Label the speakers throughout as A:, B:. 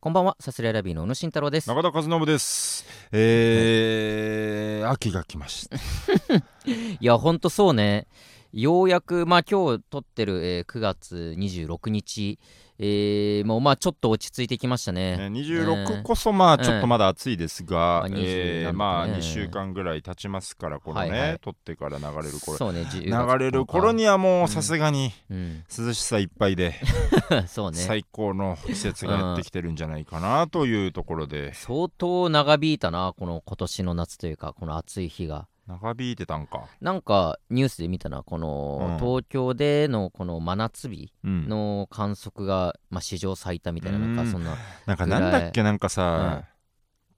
A: こんばんは、サスレラビーの小野慎太郎です。
B: 中田和信です。えー秋が来ました。
A: いや、ほんとそうね。ようやく、まあ今日撮ってる、えー9月26日、えーもうまあちょっと落ち着いてきましたね。
B: ね、
A: えー
B: 26こそまあちょっとまだ暑いですが、
A: うん
B: えー
A: まあ20
B: まあ
A: なんとかね
B: 2週間ぐらい経ちますから、このね、
A: はいはい
B: 撮ってから流れる頃。
A: そうね、10月
B: 流れる頃にはもうさすがに
A: うん、
B: 涼しさいっぱいで
A: そうね。
B: 最高の季節がやってきてるんじゃないかなというところで
A: 相当長引いたな、この今年の夏というか、この暑い日が。
B: 長引いてたんか、
A: なんかニュースで見たな、こ
B: う
A: の
B: ん
A: 東京でのこの真夏日
B: うん、
A: の観測が、まあ、史上最多みたいな、なん
B: うん
A: かそんな、
B: なんかなんだっけなんか
A: う
B: さ
A: ん、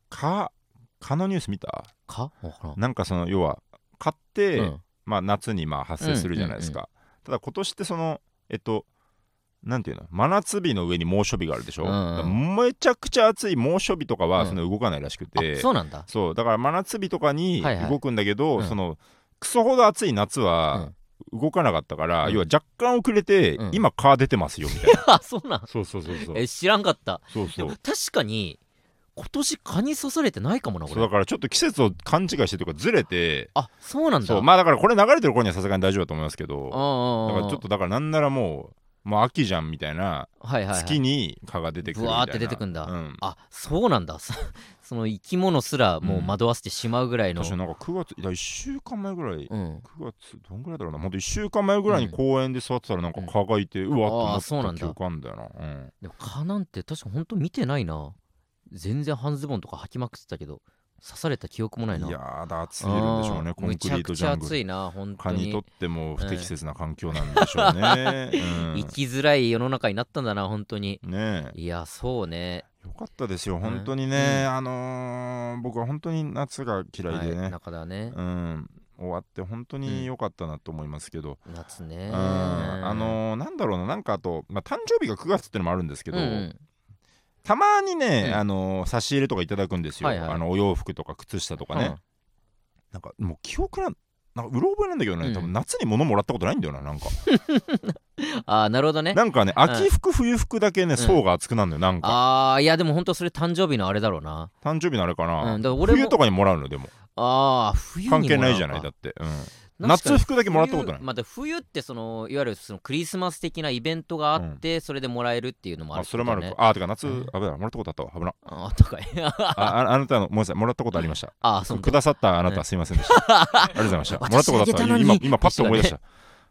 B: 蚊蚊のニュース見た
A: かわからん
B: なんかその要は蚊って、
A: うん
B: まあ、夏にまあ発生するじゃないですか、ただ今年ってそのえっとなんていうの真夏日の上に猛暑日があるでしょ、
A: うんうん
B: だからめちゃくちゃ暑い猛暑日とか
A: う
B: は
A: ん
B: その動かないらしくて、
A: あ
B: そう
A: そうなんだ。
B: だから真夏日とかに
A: はいはい
B: 動くんだけ
A: う
B: ど、
A: ん
B: そのクソほど暑い夏は動かなかったから、
A: うん
B: 要は若干遅れて、
A: うん
B: 今蚊出てますよみたいな
A: あ、 そうなん
B: そうそうそうそう
A: え、知らんかった。
B: そう
A: で
B: そ
A: も
B: う
A: 確かに今年蚊に刺されてないかもな
B: そうだ
A: 俺
B: からちょっと季節を勘違いしてというかずれて
A: あそうなんだ
B: そうまあだからこれ流れてる頃にはさすがに大丈夫だと思いますけど
A: ああ
B: だからちょっとだからなんならもうもう秋じゃんみたいな
A: はいはい、はい、
B: 月に蚊が出てくるみた
A: ぶ
B: いな
A: わーって出てくんだ
B: うん、
A: あそうなんだそ その生き物すらもう惑わせてしまうぐらいの、う
B: 確か
A: ん
B: になんか9月いや1週間前ぐらい、
A: う
B: 9月どんぐらいだろうなほんと1週間前ぐらいに公園で座ってたらなんか蚊がいて、うわ
A: あー
B: っと
A: そう
B: 思
A: な
B: っ
A: ん
B: た
A: だ
B: 記憶あんだよなうん
A: でも蚊なんて確かほんと見てないな全然半ズボンとか履きまくってたけど刺された記憶もないない
B: やーだ暑いるんでしょう
A: あ
B: ね
A: ー
B: コンクリートジャン
A: むちゃくちゃ
B: グ
A: 暑
B: ル
A: いな本当
B: 蚊に
A: に
B: とっても不適切な環境なんでしょうね、うん
A: 生きづらい世の中になったんだな本当に
B: ねえ
A: いやそうね
B: よかったですよ本当に
A: う
B: ね、あのー僕は本当に夏が嫌いでね、
A: はい、中田ね、
B: うん、終わって本当に良かったなと思いますけど、
A: 夏ね
B: うんあのーなんだろうななんかあと、まあ、誕生日が9月ってのもあるんですけど、
A: うんうん
B: たまにね、
A: うん
B: あのー差し入れとかいただくんですよ、
A: はいはい
B: あのお洋服とか靴下とかね、
A: うん
B: なんかもう記憶なんなんかうろ覚えなんだけどね、
A: うん
B: 多分夏に物もらったことないんだよななんか
A: ああなるほどね
B: なんかね
A: うん
B: 秋服冬服だけね層が厚くなるのよなんか
A: あーいやでも本当それ誕生日のあれだろうな
B: 誕生日のあれかな、
A: うんだから俺も
B: 冬とかにもらうのでも
A: ああ冬にも
B: 関係ないじゃないだ
A: か
B: って、うん
A: 確かに
B: 夏服だけもらったことない
A: 冬まあだから冬ってそのいわゆるそのクリスマス的なイベントがあって、それでもらえるっていうのもある
B: あそれもある
A: ね
B: かあてか夏、
A: うん
B: 危ないもらったことあったわ 危な
A: ああとかいあ
B: あああなたのごめんなさいもらったことありました
A: あそう
B: くださったあな
A: う
B: たすいません でした。ありがとうございました。もらった
A: 私
B: こ
A: あげ
B: とあ
A: た
B: っ
A: の
B: た。
A: に
B: 今、今パッと思い出した。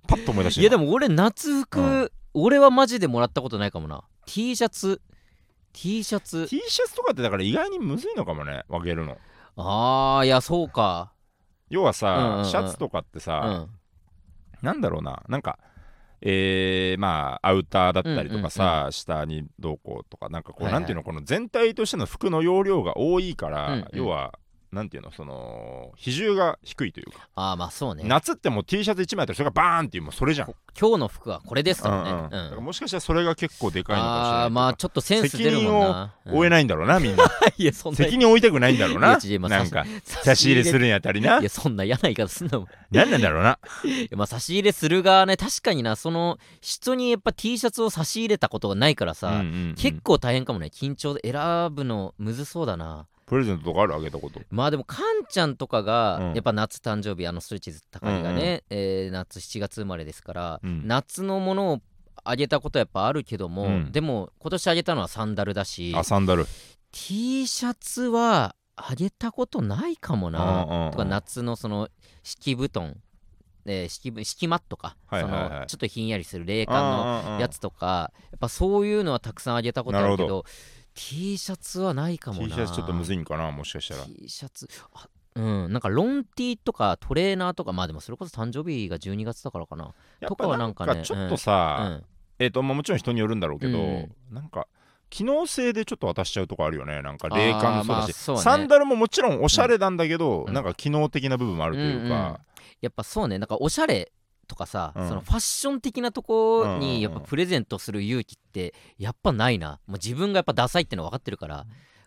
B: パッと思い出した。
A: いやで
B: も、
A: も俺夏服、
B: うん
A: 俺はマジでもらったことないかもな T シャツ T シャツ
B: T シャツとかってだから意外にむずいのかもね、分けるの。
A: ああいやそうか
B: 要は
A: うんうんう
B: さ
A: ん、
B: シャツとかっ
A: う
B: てさ、
A: ん
B: なんだろうな、なんか、えー、まあアウターだったりとか
A: うん
B: さ、下にどうこうとかなんかこう、
A: はいはい
B: なんていうのこの全体としての服の容量が多いから、
A: うんうん
B: 要はなんていうのその比重が低いというか、
A: ああまあそうね今
B: 夏ってもう T シャツ1枚とそれがバーンっていうもうそれじゃん、
A: 日の服はこれです
B: う
A: から
B: ん
A: ね、
B: うんだ
A: うん
B: からもしかしたらそれが結構でかいのかもしれない
A: あ
B: と
A: あ
B: か
A: まあちょっとセンス出るもんな
B: 追え
A: な
B: ないんだろうな、みんな。
A: いいやそんな
B: 責任負いたくないんだろう
A: い
B: な
A: や違い。ます。
B: なんか、差し入れするにあたりない
A: やそんな嫌な言い方すんなもんい
B: 何なんだろうな。
A: やまあ差し入れする側ね確かになその人にやっぱ T シャツを差し入れたことがないからさ、
B: うんうんうん
A: 結構大変かもね緊張で選ぶのむずそうだな
B: プレゼントとかあるあげたこと。
A: まあでもカンちゃんとかが、
B: うん
A: やっぱ夏誕生日あのストレッチーズ高木がね、えー夏7月生まれですから、
B: うん
A: 夏のものをあげたことはやっぱあるけども、
B: うん
A: でも今年あげたのはサンダルだし
B: あ、サンダル。
A: T シャツはあげたことないかもな。
B: うんうんうん
A: とか夏のその敷布団、えー敷布敷マットか、
B: はいはいはい
A: そのちょっとひんやりする冷感のやつとか、やっぱそういうのはたくさんあげたことあるけど
B: なる
A: T シャツはないか
B: うん
A: も
B: うんう
A: な。
B: ん T シャツちょっとむず
A: い
B: いんかな、もしかしたら。
A: T シャツあうん、なんかロン T とかトレーナーとかまあでもそれこそ誕生日が12月だからかな
B: や
A: と
B: っ
A: か
B: ぱ
A: は
B: な
A: なん
B: ん
A: かね
B: かちょっと
A: う
B: さ、
A: ん
B: えっと、まあもちろん人によるんだろうけ
A: う
B: ど
A: ん、
B: なんか、機能性でちょっと渡しちゃうとこあるよね。なんか
A: あー
B: 霊感もそう
A: まあ
B: だ
A: そうね
B: し、サンダルももちろんおしゃれなんだけど、
A: うん
B: なんか機能的な部分もあるという
A: うんうん
B: か、
A: やっぱそうねなんかおしゃれとかさ、
B: うん
A: そのファッション的なとこ
B: うんうんう
A: に
B: ん
A: やっぱプレゼントする勇気ってやっぱないなもう自分がやっぱダサいっての分かってるから、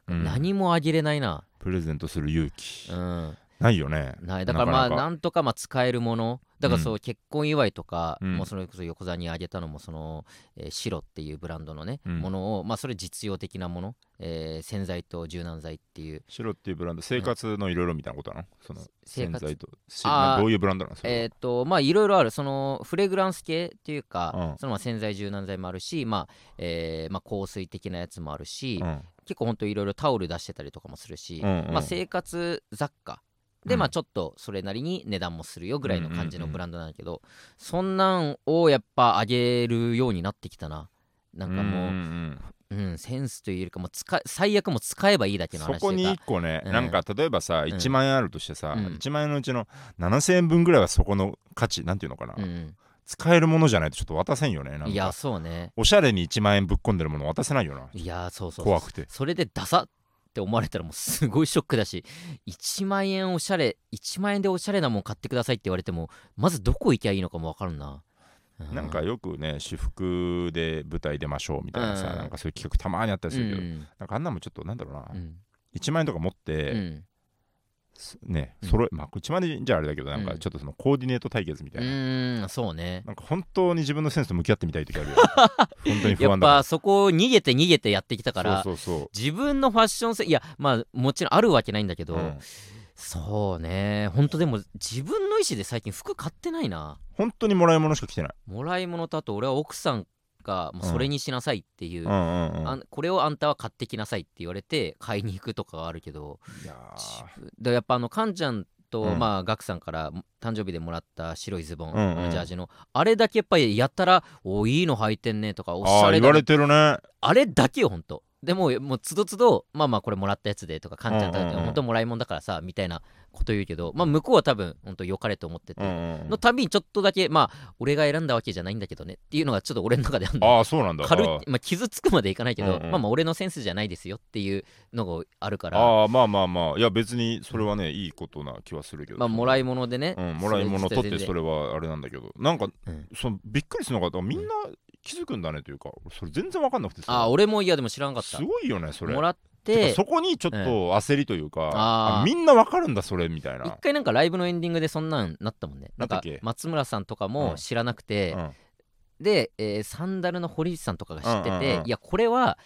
B: うん
A: 何もあげれないな
B: プレゼントする勇気
A: う。ん
B: ないよね。
A: ないだからまあ
B: なかなか
A: なんとかまあ使えるものだからそう、結婚祝いとか、
B: うん
A: もうそれこそ横座にあげたのもその、えー白っていうブランドのね、
B: うん
A: ものをまあそれ実用的なもの、えー洗剤と柔軟剤っていう、
B: 白っていうブランド生活のいろいろみたいなことなのその
A: 生
B: 洗
A: 活
B: 剤とし
A: あー
B: どういうブランドなのそれは
A: えーっとまあいろいろあるそのフレグランス系っていうか、
B: うん
A: そのまあ洗剤柔軟剤もあるし、まあえーまあ、香水的なやつもあるし、結構ほんといろいろタオル出してたりとかもするし、
B: うんうん
A: まあ、生活雑貨で、まあ、
B: うん
A: ちょっとそれなりに値段もするよぐらいの感じの
B: うんうんうん
A: ブランドなんだけど、そんなんをやっぱ上げるようになってきたななんかもう、
B: ん
A: うんセンスというよりかもう使い最悪もう使えばいいだけの
B: そ
A: 話
B: こに1個ね、
A: うん
B: なんか例えばさ1万円あるとしてさ、
A: うん
B: 1万円のうちの7000円分ぐらいはそこの価値なんていうのかな、
A: うん
B: 使えるものじゃないとちょっと渡せんよねなん
A: いや
B: か
A: そうね
B: おしゃれに1万円ぶっ込んでるもの渡せないよない
A: やそうそうそう
B: 怖くて
A: それでダサって思われたらもうすごいショックだし1万円おしゃれ1万円でおしゃれなもん買ってくださいって言われてもまずどこ行きゃいいのかも分かるな、う
B: なんかよくね私服で舞台出ましょうみたいなさ、
A: うん
B: なんかそういう企画たまにあったりするけど、
A: うん
B: なんかあんなもんちょっとなんだろうな、
A: うん
B: 1万円とか持っ
A: う
B: て、
A: ん
B: すね
A: うん
B: 揃え、まあ1万円じゃあれだけどなん
A: う
B: か
A: ん
B: ちょっとそのコーディネート対決みた
A: う
B: いな、
A: ーんそうね
B: なんか本当に自分のセンスと向き合ってみたい時 あるよ本当に不
A: やっ
B: 安だ
A: ぱそこを逃げて逃げてやってきた
B: か
A: からら
B: そうそうそう
A: 自分のファッション性いやまあもちろんあるわけないんだけど、
B: うん
A: そうねほんとでも自分の意思で最近服買ってないな
B: 本当にもらい物しか着てない。
A: もらい物とあと俺は奥さんがもうそれにしなさいっていう、
B: うんうんう
A: あ
B: ん。
A: んこれをあんたは買ってきなさいって言われて買いに行くとかはあるけど
B: いやー
A: だやっぱあのカンちゃんと、
B: うん
A: まあガクさんから誕生日でもらった白いズボン、
B: うんうん
A: あのジャージのあれだけやっぱりやったら「おいいの履いてんね」とか「おし
B: あ
A: ゃ
B: ー
A: れ
B: 言
A: だ
B: わ
A: ね
B: れてるね。
A: あれだけよ、ほんと。でもう、もう、つどつど、まあまあ、これもらったやつでとか、かんちゃんと、
B: うんうんうん
A: ほんともらいもんだからさ、みたいなこと言うけど、まあ、向こうは多分、ほんと、良かれと思って
B: うん
A: て、
B: うんうん
A: のたびにちょっとだけ、まあ、俺が選んだわけじゃないんだけどねっていうのが、ちょっと俺の中であんの。
B: ああ、そうなんだ。
A: 軽い
B: あー
A: まあ、傷つくまでいかないけど、
B: うんうん
A: まあまあ、俺のセンスじゃないですよっていうのがあるから、
B: あー、まあまあまあ。いや、別にそれはね、いいことな気はするけど。
A: まあ、もらい
B: 物。
A: 物でね、
B: うん、もらい物取ってそ
A: れ。
B: れはあれなんだけどなんか、
A: うん
B: そのびっくりするのがみんな気づくんだねというか俺それ全然わかんなくてさ
A: ああ、俺もいや、でも知らんかっ
B: す
A: た。
B: ごいよねそれ
A: もらってて
B: か、そこにちょっと焦りというか、
A: あー
B: あみんなわかるんだそれみたいな
A: 一回なんかライブのエンディングでそんなんなったもんね。なん
B: なったっ
A: か
B: け、
A: 松村さんとか
B: う
A: も
B: ん
A: 知らなくて、
B: うん
A: で、えーサンダルの堀内さんとかが知ってて、
B: うんうんうん
A: いやこれは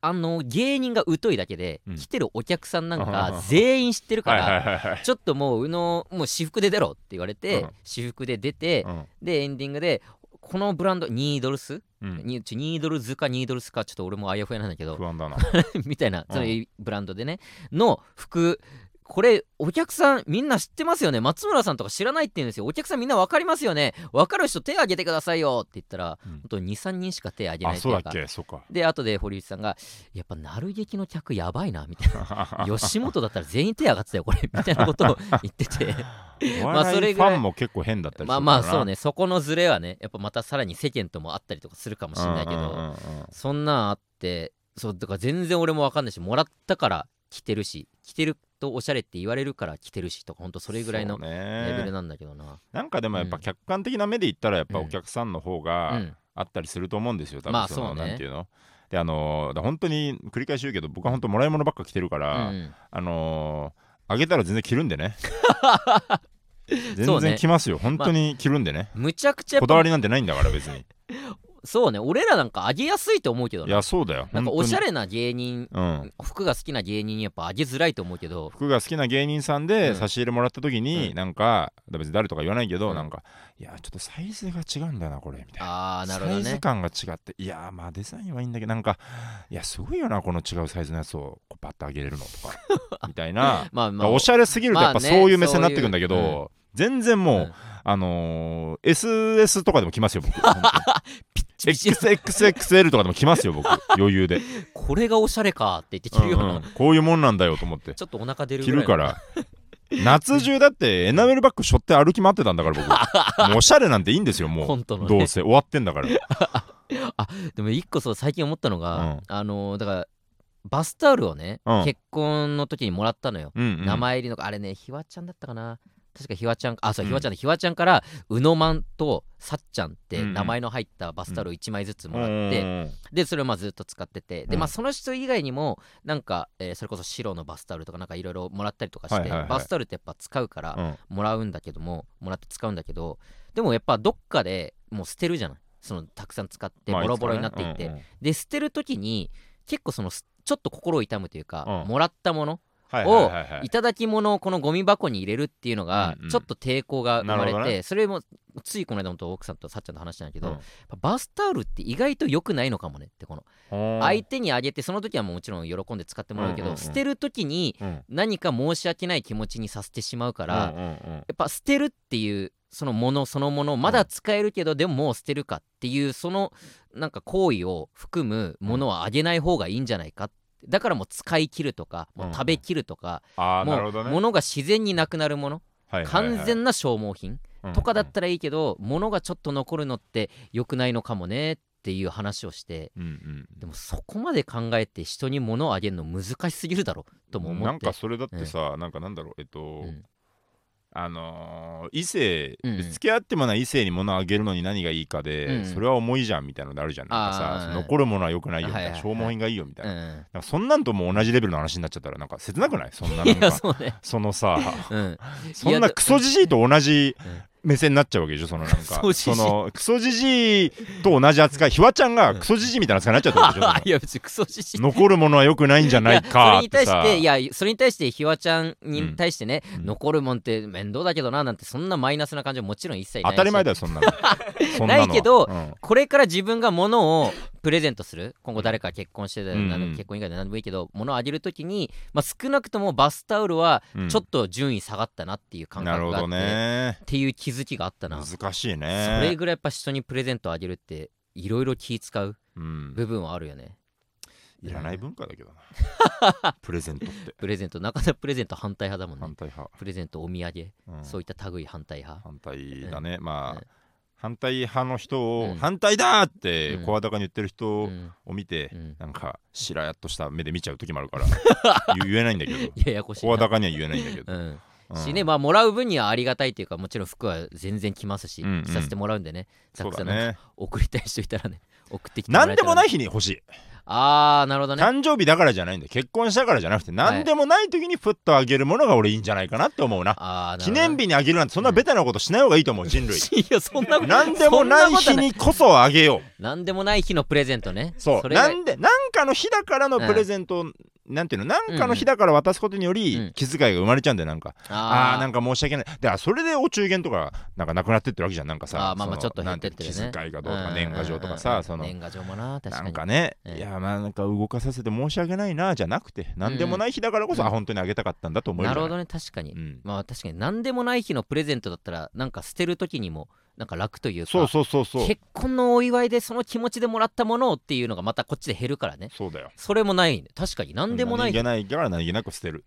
A: あの芸人が疎いだけで、
B: うん
A: 来てるお客さんなん
B: うんうんう
A: か
B: ん
A: 全員知ってるか
B: はい
A: ら、
B: はいはいはい
A: ちょっともううのもう私服で出ろって言われて、
B: うん
A: 私服で出て、
B: うん
A: でエンディングでこのブランドニードルス、
B: うん
A: ニちょニードルズかニードルスかちょっと俺もあやふやなんだけど
B: 不安だな
A: みたいな
B: うん
A: そのブランドでね、の服これお客さんみんな知ってますよね松村さんとか知らないって言うんですよお客さんみんな分かりますよね分かる人手挙げてくださいよって言ったら、
B: うん
A: 本当に23人しか手挙げな
B: あ
A: いって
B: そ
A: いうう
B: だっ
A: か
B: け そうか
A: で後で堀内さんがやっぱなる劇の客やばいなみたいな 吉本だったら全員手挙がってたよこれみたいなことを言ってて
B: お
A: まあそ
B: 笑
A: れ
B: い
A: ぐ
B: フ
A: らい
B: ァンも結構変だったりする
A: ま
B: から
A: あ
B: な
A: まあそうねそこのズレはねやっぱまたさらに世間ともあったりとかするかもしれないけど、
B: うんうんうんうん
A: そんなんあってそうだから全然俺も分かんないしもらったから着てるし着てるとおしゃれって言われるから着てるしとかほんとそれぐらいの
B: そう
A: レベ
B: ね
A: ルなんだけどな、
B: なんかでもやっ
A: う
B: ぱ
A: ん
B: 客観的な目で言ったらやっぱ
A: うん
B: お客さんの方
A: う
B: が
A: ん
B: あったりすると思うんですよ多
A: まあ
B: 分その
A: そうね
B: なんていうのであのーだ本当に繰り返し言うけど僕は本当もらい物ばっか着てるか
A: う
B: ら
A: ん
B: あのーあげたら全然着るんでね
A: そ
B: 全
A: うね
B: 然着ますよ本当に着るんでね
A: むちゃくちゃや
B: こ
A: っ
B: だわ
A: ぱ
B: りなんてないんだから別に
A: そうね俺らなんかあげやすいと思うけど
B: い
A: な
B: やそうだよ
A: なんか
B: 本当
A: お
B: に
A: しゃれな芸人
B: うん
A: 服が好きな芸人にやっぱあげづらいと思うけど
B: 服が好きな芸人さん
A: うん
B: で差し入れもらった時に、
A: うん
B: なんか別に誰とか言わないけど、
A: うん
B: なんかいやちょっとサイズが違うんだよなこれみたいな
A: ああなるほど
B: サイズ
A: ね
B: 感が違っていやーまあデザインはいいんだけどなんかいやすごいよなこの違うサイズのやつをこうパッと上げれるのと かみたいな、
A: まあまあ
B: おしゃれすぎるとやっぱ
A: ま
B: そ
A: あね
B: ういう目線になってくんだけど、
A: そういう
B: 全然もう、
A: うん
B: あのー SS とかでも来ますよ 僕本当に XXXL とかでも来ます よ僕余裕で、
A: これがおしゃれかって言って
B: う
A: 着
B: ん
A: るような、
B: うんこういうもんなんだよと思って
A: ちょっとお腹出る
B: 着
A: ぐらい
B: るから。夏中だってエナメルバッグ背負って歩き回ってたんだから僕もうおしゃれなんていいんですよもう
A: 本当のね
B: どうせ終わってんだから
A: でも一個そう最近思ったのが、
B: うん
A: あのーだからバスタオルをね、
B: うん
A: 結婚の時にもらったのよ、
B: うん、うん、
A: 名前入りのあれねひわちゃんだったかな確かひわちゃんあそう
B: うん
A: ひわちゃんだ、ひわちゃんからうのまんとさっちゃんって名前の入ったバスタオル1枚ずつもらって、
B: うん
A: でそれをまあずっと使ってて、でま
B: う
A: あ
B: ん
A: その人以外にもなんか、えーそれこそ白のバスタオルとかなんかいろいろもらったりとかして、
B: はいはいはい
A: バスタオルってやっぱ使うから、
B: うん
A: もらうんだけどももらって使うんだけどでもやっぱどっかでもう捨てるじゃないそのたくさん使って
B: まあ
A: ボロボロになっていって、
B: うんうん
A: で捨てる時に結構そのすちょっと心を痛むというか、
B: うん
A: もらったもの
B: はいはい
A: を
B: はいはい
A: いただき物をこのゴミ箱に入れるっていうのが
B: うんうん
A: ちょっと抵抗が生まれ
B: なる
A: て、
B: ほどね
A: それもついこの間本当奥さんとさっちゃんの話なんだけど、
B: うん
A: やっぱバスタオルって意外と良くないのかもねってこの
B: ほー
A: 相手にあげてその時はもうもちろん喜んで使ってもらうけど、
B: うんうんうん
A: 捨てる時に
B: うん
A: 何か申し訳ない気持ちにさせてしまうから、
B: うんうんうん
A: やっぱ捨てるっていうそのものそのものまだ使えるけど、でももう捨てるかっていうそのなんか行為を含むものはあげない方がいいんじゃないかってだからもう使い切るとかもう食べきるとか、
B: ああなる
A: も
B: ほど
A: う
B: ね
A: 物が自然になくなるもの
B: はいはいはい
A: 完全な消耗品とかだったらいいけど物がちょっと残るのって良くないのかもねっていう話をして
B: うんうん
A: でもそこまで考えて人に物をあげるの難しすぎるだろとも思
B: な
A: っ
B: ん
A: て
B: かそれだってさ、なんかなんだろうえっと、
A: うん
B: あのー異性、
A: うんうん
B: 付き合ってもない異性に物あげるのに何がいいかで、
A: うんうん
B: それは重いじゃんみたいなのであるじゃんなんか
A: あー
B: さ、
A: はいはい
B: 残るものは良くないよみたいな、
A: はいはいはい
B: 消耗品がいいよみたいな,、
A: うん
B: なんかそんなんともう同じレベルの話になっちゃったらなんか切なくないそんなないん
A: や
B: か そ
A: そうね
B: のさ
A: うん
B: そんなクソじじいと同じ
A: うん
B: 目線になっちゃうわけでしょそ のなんか
A: クソじじい
B: そのクソじじいと同じ扱いひわちゃんがクソじじいみたいな扱いになっちゃったわけでしょ その
A: いや別にクソじじい
B: 残るものは良くないんじゃないかっ
A: いや
B: て
A: そ
B: さ
A: れに対していやそれに対してひわちゃん
B: う
A: に
B: ん
A: 対してね、
B: うん
A: 残るもんって面倒だけどななんてそんなマイナスな感じはもちろん一切ない
B: 当たり前
A: だ
B: だよそん なのそんなのは
A: ないけど
B: うん
A: これから自分が物をプレゼントする今後誰か結婚してたら、
B: うん
A: なんでも結婚以外で何でもいいけど物をあげるときに、まあ、少なくともバスタオルは
B: うん
A: ちょっと順位下がったなっていう感
B: な
A: 覚
B: るほ
A: があって、
B: どね
A: っていう気づきがあったな、
B: 難しい
A: それ
B: ね
A: ぐらいやっぱ人にプレゼントをあげるっていろいろ気使う
B: うん
A: 部分はあるよね
B: いらない文化だけどな プレゼントって
A: プレゼント中田プレゼント反対派だもんね
B: 反対派
A: プレゼントお土産、
B: うん
A: そういった類反対派
B: 反対だねま
A: うん
B: あ反対派の人
A: う
B: を
A: ん
B: 反対だーって
A: うん
B: 声高に言ってる人
A: うん
B: を見て
A: うん
B: なんかしらやっとした目で見ちゃう時もある から言言えないんだけど
A: ややこしい
B: 声
A: な。
B: 高には言えないんだけど
A: うん、
B: うん
A: しね、まあもらう分にはありがたいというかもちろん服は全然着ますし、
B: うんうん
A: 着させてもらうんでねザ
B: そ
A: ク
B: う
A: さ
B: だ
A: んなん
B: ね
A: か送りたい人いたらね 送ってきてもらえたら
B: 何でもない日に欲しい
A: あーなるほどね
B: 誕生日だからじゃないんだよ結婚したからじゃなくて
A: はい
B: 何でもない時にふっとあげるものが俺いいんじゃないかなって思うな
A: あーな
B: 記
A: るほどね
B: 念日にあげるなんてそんなベタなことしない方がいいと思う人類
A: いや そんなこと
B: 何でもない日にこそあげよう
A: 何でもない日のプレゼントね
B: そう
A: れが
B: なんでなんかの日だからのプレゼントをなんていうのなんかの日だから渡すことに
A: う
B: よ
A: ん
B: り気遣いが生まれちゃうんだよなんかあ
A: あ
B: あーなん
A: か
B: か申し訳ないだからそれでお中元とかなんかなくなってってるわけじゃんなんかさ
A: あーまあまあちょ
B: そ
A: っ
B: の
A: と減ってってるね
B: なんいうの気遣いがどうと
A: う
B: か
A: ん
B: 年賀状とか
A: うんうんう
B: さ
A: ん
B: その
A: 年賀状もな確か
B: な
A: に
B: んかね、
A: うん
B: いやまあなんか動かさせて申し訳ないなじゃなくて何でもない日だからこそ、
A: うん
B: あ本当にあげたかったんだと思える
A: なるほ
B: じゃ
A: ど
B: い
A: ね確かに、
B: うん
A: まあ確かに何でもない日のプレゼントだったらなんか捨てる時にもなんか楽というか
B: そうそうそうそう
A: 結婚のお祝いでその気持ちでもらったものをっていうのがまたこっちで減るからね
B: そうだよ
A: それもないね確かに何でもない
B: 何気ないから何気なく捨てる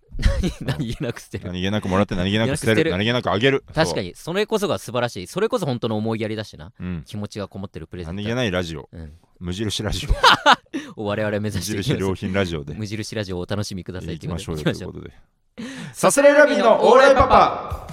A: 何言え なく捨てる
B: 何気なくもらって何気なく捨てる
A: 何
B: 何気なくあげる
A: 確か
B: に、
A: にそれこそが素晴らしいそれこそ本当の思いやりだしな
B: うん、
A: 気持ちがこもってるプレゼント
B: 何気ないラジオ
A: うん、
B: 無印ラジ オ
A: を我々目
B: 無
A: 指していき
B: 印良
A: ます
B: 品ラジオで
A: 無印ラジオをお楽しみください
B: 行きましょうよ
A: と
B: と
A: い
B: いうう
A: こ
B: こと
A: で
B: とでサスレラビーのオーライパパ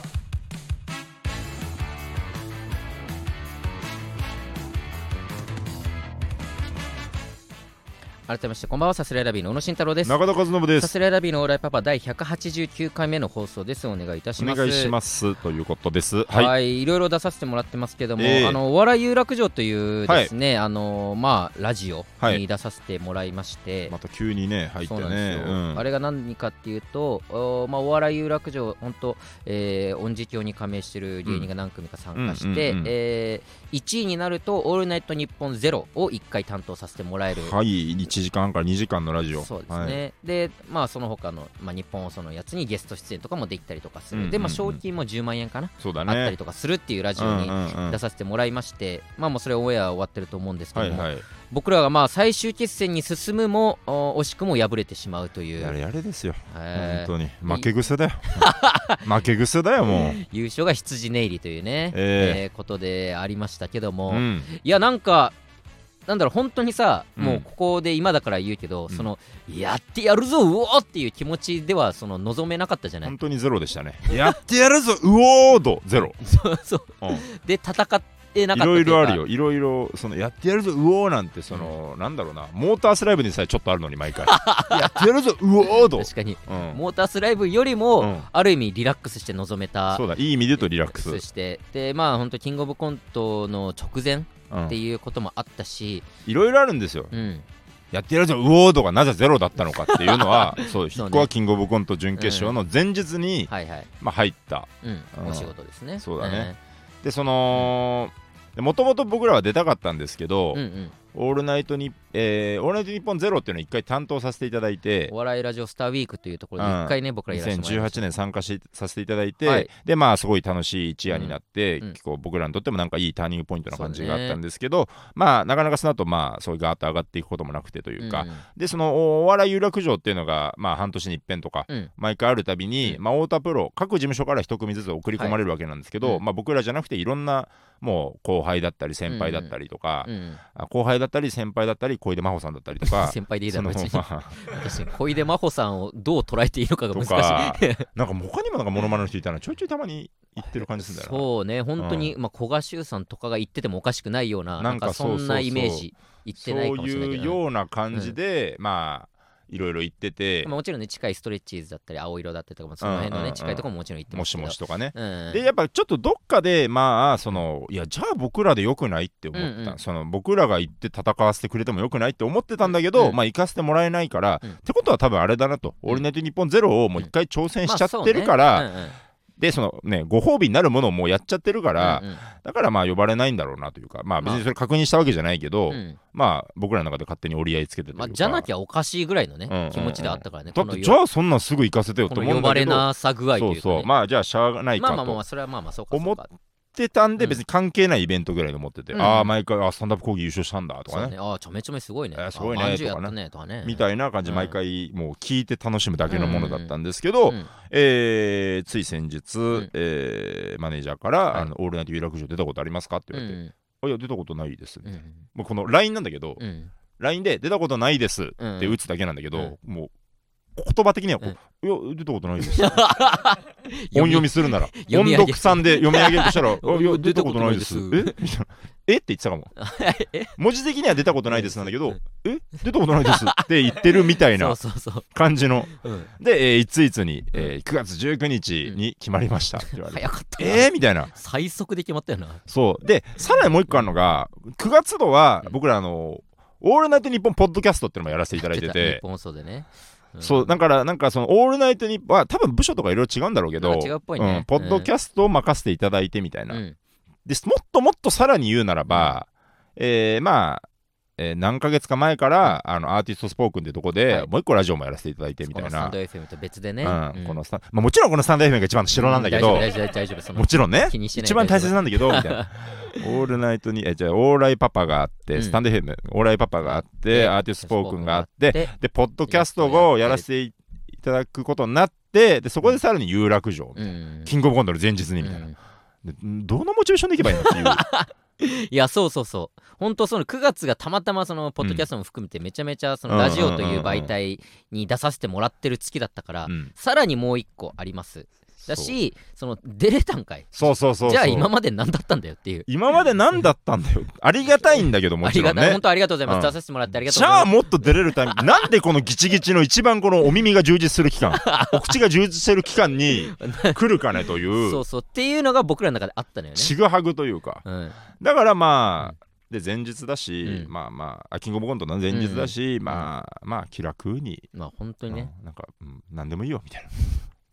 A: 改めましてこんばんはサスレラビーの小野慎太郎です
B: 中田和信で
A: サ
B: す
A: スレラビーのオーライパパ第189回目の放送ですお願いいたし
B: お
A: ます
B: 願いしますということです
A: はい、
B: はい
A: い、ろいろ出させてもらってますけども、
B: ええ
A: あのお笑い有楽町というですね、あのまあラジオ
B: は
A: に
B: い
A: 出させてもらいまして、
B: また急にね入って
A: そうなんです
B: ね
A: よ、
B: うん
A: あれが何かっていうと、おまあ、お笑い有楽町、本当、えー、音字教に加盟してる芸人が何組か参加して、
B: うんうんうんうん
A: え1位になると、オールナイトニッポンゼロを1回担当させてもらえる、
B: はい1時間から2時間のラジオ
A: そうですね、で、まあ、その他の、まあ、日本放送のやつにゲスト出演とかもできたりとかする、
B: うんうんうん
A: で、まあ、賞金も10万円かな、
B: そうだ
A: あった
B: ね
A: りとかするっていうラジ
B: うん
A: オ
B: う
A: に
B: んうん
A: 出させてもらいまして、まあもうそれオンエア終わってると思うんですけ
B: は
A: ど
B: い
A: も、
B: はい
A: 僕らがまあ最終決戦に進むもお惜しくも敗れてしまうという、
B: やれやれですよ
A: え
B: 本
A: ー
B: 当に負け癖だよ負け癖だよも
A: 優勝が羊ネイリというね、
B: え
A: えーことでありましたけども、
B: ううん
A: いやなんかなんだろう本当にさ、
B: うん
A: もうここで今だから言うけど、
B: うん
A: そのやってやるぞうおーっていう気持ちではその望めなかったじゃない、
B: 本当にゼロでしたね やってやるぞうおーどゼロ
A: そう そう
B: うん
A: で戦ってなかったと
B: いろ
A: い
B: いう
A: か
B: ろあるよいろいろそのやってやるぞうおーなんてそのなんだろうなモータースライブにさえちょっとあるのに毎 回やってやるぞうおーど
A: 確かに
B: うん
A: モータースライブよりも、
B: うん
A: ある意味リラックスして臨めた
B: そうだいい意味で言うとリラックス
A: してでまあ本当キングオブコントの直前
B: うん
A: っていうこともあったし、
B: いろいろあるんですよ
A: うん
B: やってやるぞうおーとがなぜゼロだったのかっていうのはそう
A: そうね
B: 彦はキングオブコント準決勝の前日に、
A: はいはい、
B: まあ、入った
A: うん、
B: うん
A: お仕事ですね
B: そうだね、でそのもともと僕らは出たかったんですけど
A: うん、うんうん
B: オールナイトに、えーオールナイトニッポンゼロっていうのを一回担当させていただいて
A: お、笑いラジオスターウィークというところで一回ね、僕らやらせてもらいました
B: 2018年参加しさせていただいて、
A: はい
B: でまあすごい楽しい一夜になって、
A: うんうん
B: 結構僕らにとってもなんかいいターニングポイントな感じがあったんですけど、まあなかなかその後まあそういうガーッと上がっていくこともなくてというか、
A: んん
B: でそのお笑い有楽町っていうのがまあ半年に一遍とか、
A: うん
B: 毎回あるたびに、
A: うん
B: まあ、太田プロ各事務所から一組ずつ送り込まれるわけなんですけど、
A: はいうん
B: まあ、僕らじゃなくていろんなもう後輩だったり先輩だったりとか、
A: うん
B: あ後輩だったり先輩だったり小出真帆さんだったりとか。
A: 先 輩でいいだ
B: そ
A: ろ
B: の
A: 別に、
B: まあ
A: 私小出真帆さんをどう捉えていいのかが
B: と
A: 難
B: か
A: しい
B: なんか他にもなんかモノマネの人いたらちょいちょいたまに言ってる感じするんだよな
A: そうね本当に、まあ、古賀修さんとかが言っててもおかしくないようなな
B: なんん
A: か
B: か
A: そん
B: そうそうそ
A: な
B: う
A: イメージ言って
B: そう
A: ないかもしれない
B: い
A: け
B: う
A: ど
B: ような感じで、まあいろいろ言ってて
A: まあ、もちろんね近いストレッチーズだったり青色だったりとかもその辺のね、
B: うんうんうん
A: 近いところももちろん言って
B: も
A: ます
B: し
A: けど
B: もしとかね
A: うん、
B: でやっぱちょっとどっかでまあそのいやじゃあ僕らでよくないって思った、
A: うんうん
B: その僕らが行って戦わせてくれてもよくないって思ってたんだけど、
A: うん
B: まあ行かせてもらえないから、
A: うん
B: ってことは多分あれだなと「
A: うん
B: オールナイトニッポンゼロをもう一回挑戦しちゃってるから、
A: まあそうね
B: でそのねご褒美になるものをもうやっちゃってるから、
A: うんうん
B: だからまあ呼ばれないんだろうなというかまあ別にそれ確認したわけじゃないけど、
A: うんうん
B: まあ僕らの中で勝手に折り合いつけてて
A: まあ、じゃなき
B: ゃ
A: ゃおかしいぐらいのね、
B: うんうんうん
A: 気持ちであったからねこ
B: だっ
A: の
B: て
A: よ
B: じゃあそんなんすぐ行かせてよ
A: ことの
B: 思
A: 呼
B: うんだ
A: ば
B: け
A: れ
B: ど
A: なさ具合と
B: そ
A: い
B: う
A: うか、
B: そう
A: ね、ま
B: まあじゃあしゃあないか
A: あ
B: と、
A: まあまあまあそれはまあまあそうか
B: 思
A: そう
B: っ
A: か
B: ってたんで
A: うん
B: 別に関係ないイベントぐらいで思ってて、
A: うん
B: ああ毎回あースタンダップ講義優勝したんだと
A: そ
B: か
A: う
B: ね
A: ね、ああちょめちょめすごいね
B: えー
A: あ
B: すごいね
A: まんじゅうやったねとかね
B: みたいな感じ
A: うん
B: 毎回もう聞いて楽しむだけのものだったんですけど、
A: うん
B: えーつい先日、
A: ん
B: えーマネージャーから、
A: はい
B: あの「オールナイト有楽町出たことありますか?」って言われて「あいや出たことないです」み
A: う
B: たいな、
A: ん
B: もうこの LINE なんだけど、
A: うん
B: LINE で「出たことないです」
A: うん
B: って打つだけなんだけど、もう言葉的にはこう、いや出たことないです」音読みするなら
A: 読
B: 音
A: み上げ
B: 読さんで読み上げるとした ら「あいや
A: 出た
B: 出た
A: こ
B: ことと
A: な
B: ないい
A: で
B: ですす」えみたいな「えっ?」て言ってた かも文字的には出たことないですなんだけ
A: う
B: ど
A: ん
B: 「え出たことな いです」って言ってるみたい
A: そ
B: な
A: うそうそう、
B: 感じの
A: うん
B: で、えーいついつに、えー9月19日に決まりましたって言われて
A: 早かったな
B: えーみたいな
A: 最速で決まったよな
B: そうでさらにもう一個あるのが9月度は僕らあの「オールナイトニッポン」ポッドキャストっていうのもやらせていただいて
A: 日
B: て
A: 本放送でね、ん
B: そうだからなんかその「オールナイトニッポン」は多分部署とかいろいろ違うんだろうけど
A: なんか違うっぽいね
B: うんポッドキャストを任せていただいてみたいな、
A: うん
B: でもっともっとさらに言うならば、えーまあ、えー何ヶ月か前から、あのアーティストスポークンってとこで、
A: はい
B: もう一個ラジオもやらせていただいてみ
A: こ
B: たい
A: のスタ
B: な
A: ンド FM と別でね、
B: うん
A: うん
B: このスタンまあ、もちろんこのスタンド FM が一番の城なんだけど、
A: う大丈夫大丈夫大丈夫その
B: もちろんね
A: 気にしないで
B: 一番大切なんだけどみ たいなオールナイトにえじゃあオーライパパがあって、
A: うん
B: スタンド FM オーライパパがあって
A: で
B: アーティストスポークンがあっ
A: で
B: てでポッドキャストをやらせていただくことになってでそこでさらに有楽町、
A: うん
B: キングオブコントの前日にみたいな、
A: うん
B: でどのモチベーションでいけばいいのっていう
A: いやそうそうそう本当その9月がたまたまそのポッドキャストも含めてめちゃめちゃそのラジオという媒体に出させてもらってる月だったから、
B: うん
A: さらにもう一個ありますだしその出れたんかい
B: そうそうそうそう
A: じゃあ今まで何だったんだよっていう
B: 今まで何だったんだよありがたいんだけども
A: あ
B: ち
A: り
B: ろ
A: が
B: ん
A: たい
B: ね
A: 本当ありがとうございます、
B: うん
A: 出させてもらってありがとう
B: じ
A: ござい
B: ゃ
A: ま
B: あ
A: す
B: もっと出れるた めになんでこのギチギチの一番このお耳が充実する 期間お口が充実する期間に来るかねとい
A: そううそうっていうのが僕らの中であったのよね
B: ちぐはぐというか
A: うん
B: だからまあで前日だし
A: うん
B: まあまああキングオブコントの前日だしまあまあ気楽に
A: まあ本当
B: う
A: にね、
B: んなんかうん何でもいいよみたいな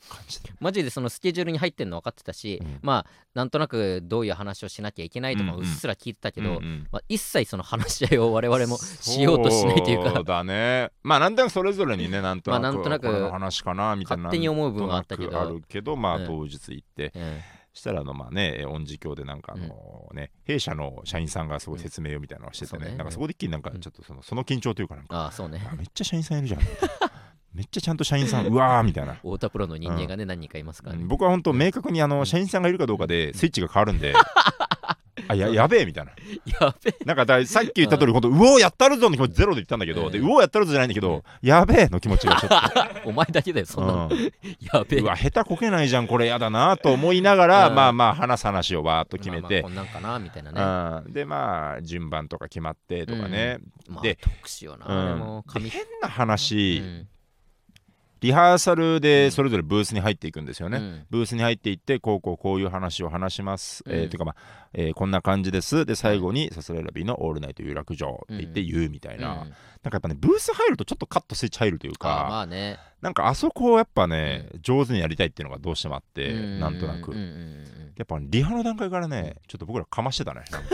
B: 感じで
A: マジでそのスケジュールに入ってるの分かってたし、
B: うん
A: まあなんとなくどういう話をしなきゃいけないとか
B: う
A: う
B: んう
A: っ
B: ん
A: すら聞いてたけど、
B: うんうん
A: まあ、一切その話し合いを我々もしようとしないという
B: そ
A: か
B: うだねまあなんとなくそれぞれにねなんとなく,、
A: まあなんとなく
B: これの話かなみたいな
A: 勝手に思う部分はあったけど
B: なんとなくあるけどまあ
A: うん
B: 当日行って、
A: うん
B: したらあのまあねえー恩師教でなんかあのね、弊社の社員さんがすごい説明をみたいなのをして
A: う
B: て
A: ん
B: ね,、
A: そうね
B: なんかそこで一気になんかちょっとそのその緊張というかなんか、
A: ああそうね
B: あめっちゃ社員さんいるじゃんめっちゃちゃんと社 員さんうわーみたいな。
A: 太田プロの人間がね、何人かいますから
B: う
A: ね
B: ん僕は本当明確にあの社員さんがいるかどうかでスイッチが変わるん であややべえみたいな
A: やべえ
B: なんかださっき言った通り本当うおーやったるぞの気持ちゼロで言ったんだけど、
A: うん
B: でうおーやったるぞじゃないんだけど、やべえの気持ちがちょっと
A: お前だけだよ そんなの、
B: う
A: やべえ
B: んうわ下手こけないじゃんこれやだなと思いながら、
A: うん
B: まあまあ話す話をわーっと決めて、
A: まあまあこんなんかなみたいなね
B: うんでまあ順番とか決まってとかね、
A: まあ
B: で
A: 特殊よな、
B: うん
A: でも
B: で
A: 紙
B: 変な話、
A: うん
B: リハーサルでそれぞれブースに入っていくんですよね、
A: うん
B: ブースに入っていってこうこうこういう話を話します、
A: う
B: えー
A: ん
B: というかまあ、えーこんな感じですで最後に「さすらいラビーのオールナイト有楽町」って言って言うみたいな、
A: うん
B: なんかやっぱねブース入るとちょっとカットスイッチ入るという
A: あーま
B: か
A: あね、
B: なんかあそこをやっぱね、上手にやりたいっていうのがどうしてもあって、
A: うん
B: なんとなく、
A: うんうんうん
B: やっぱリハの段階からねちょっと僕らかましてたねなんか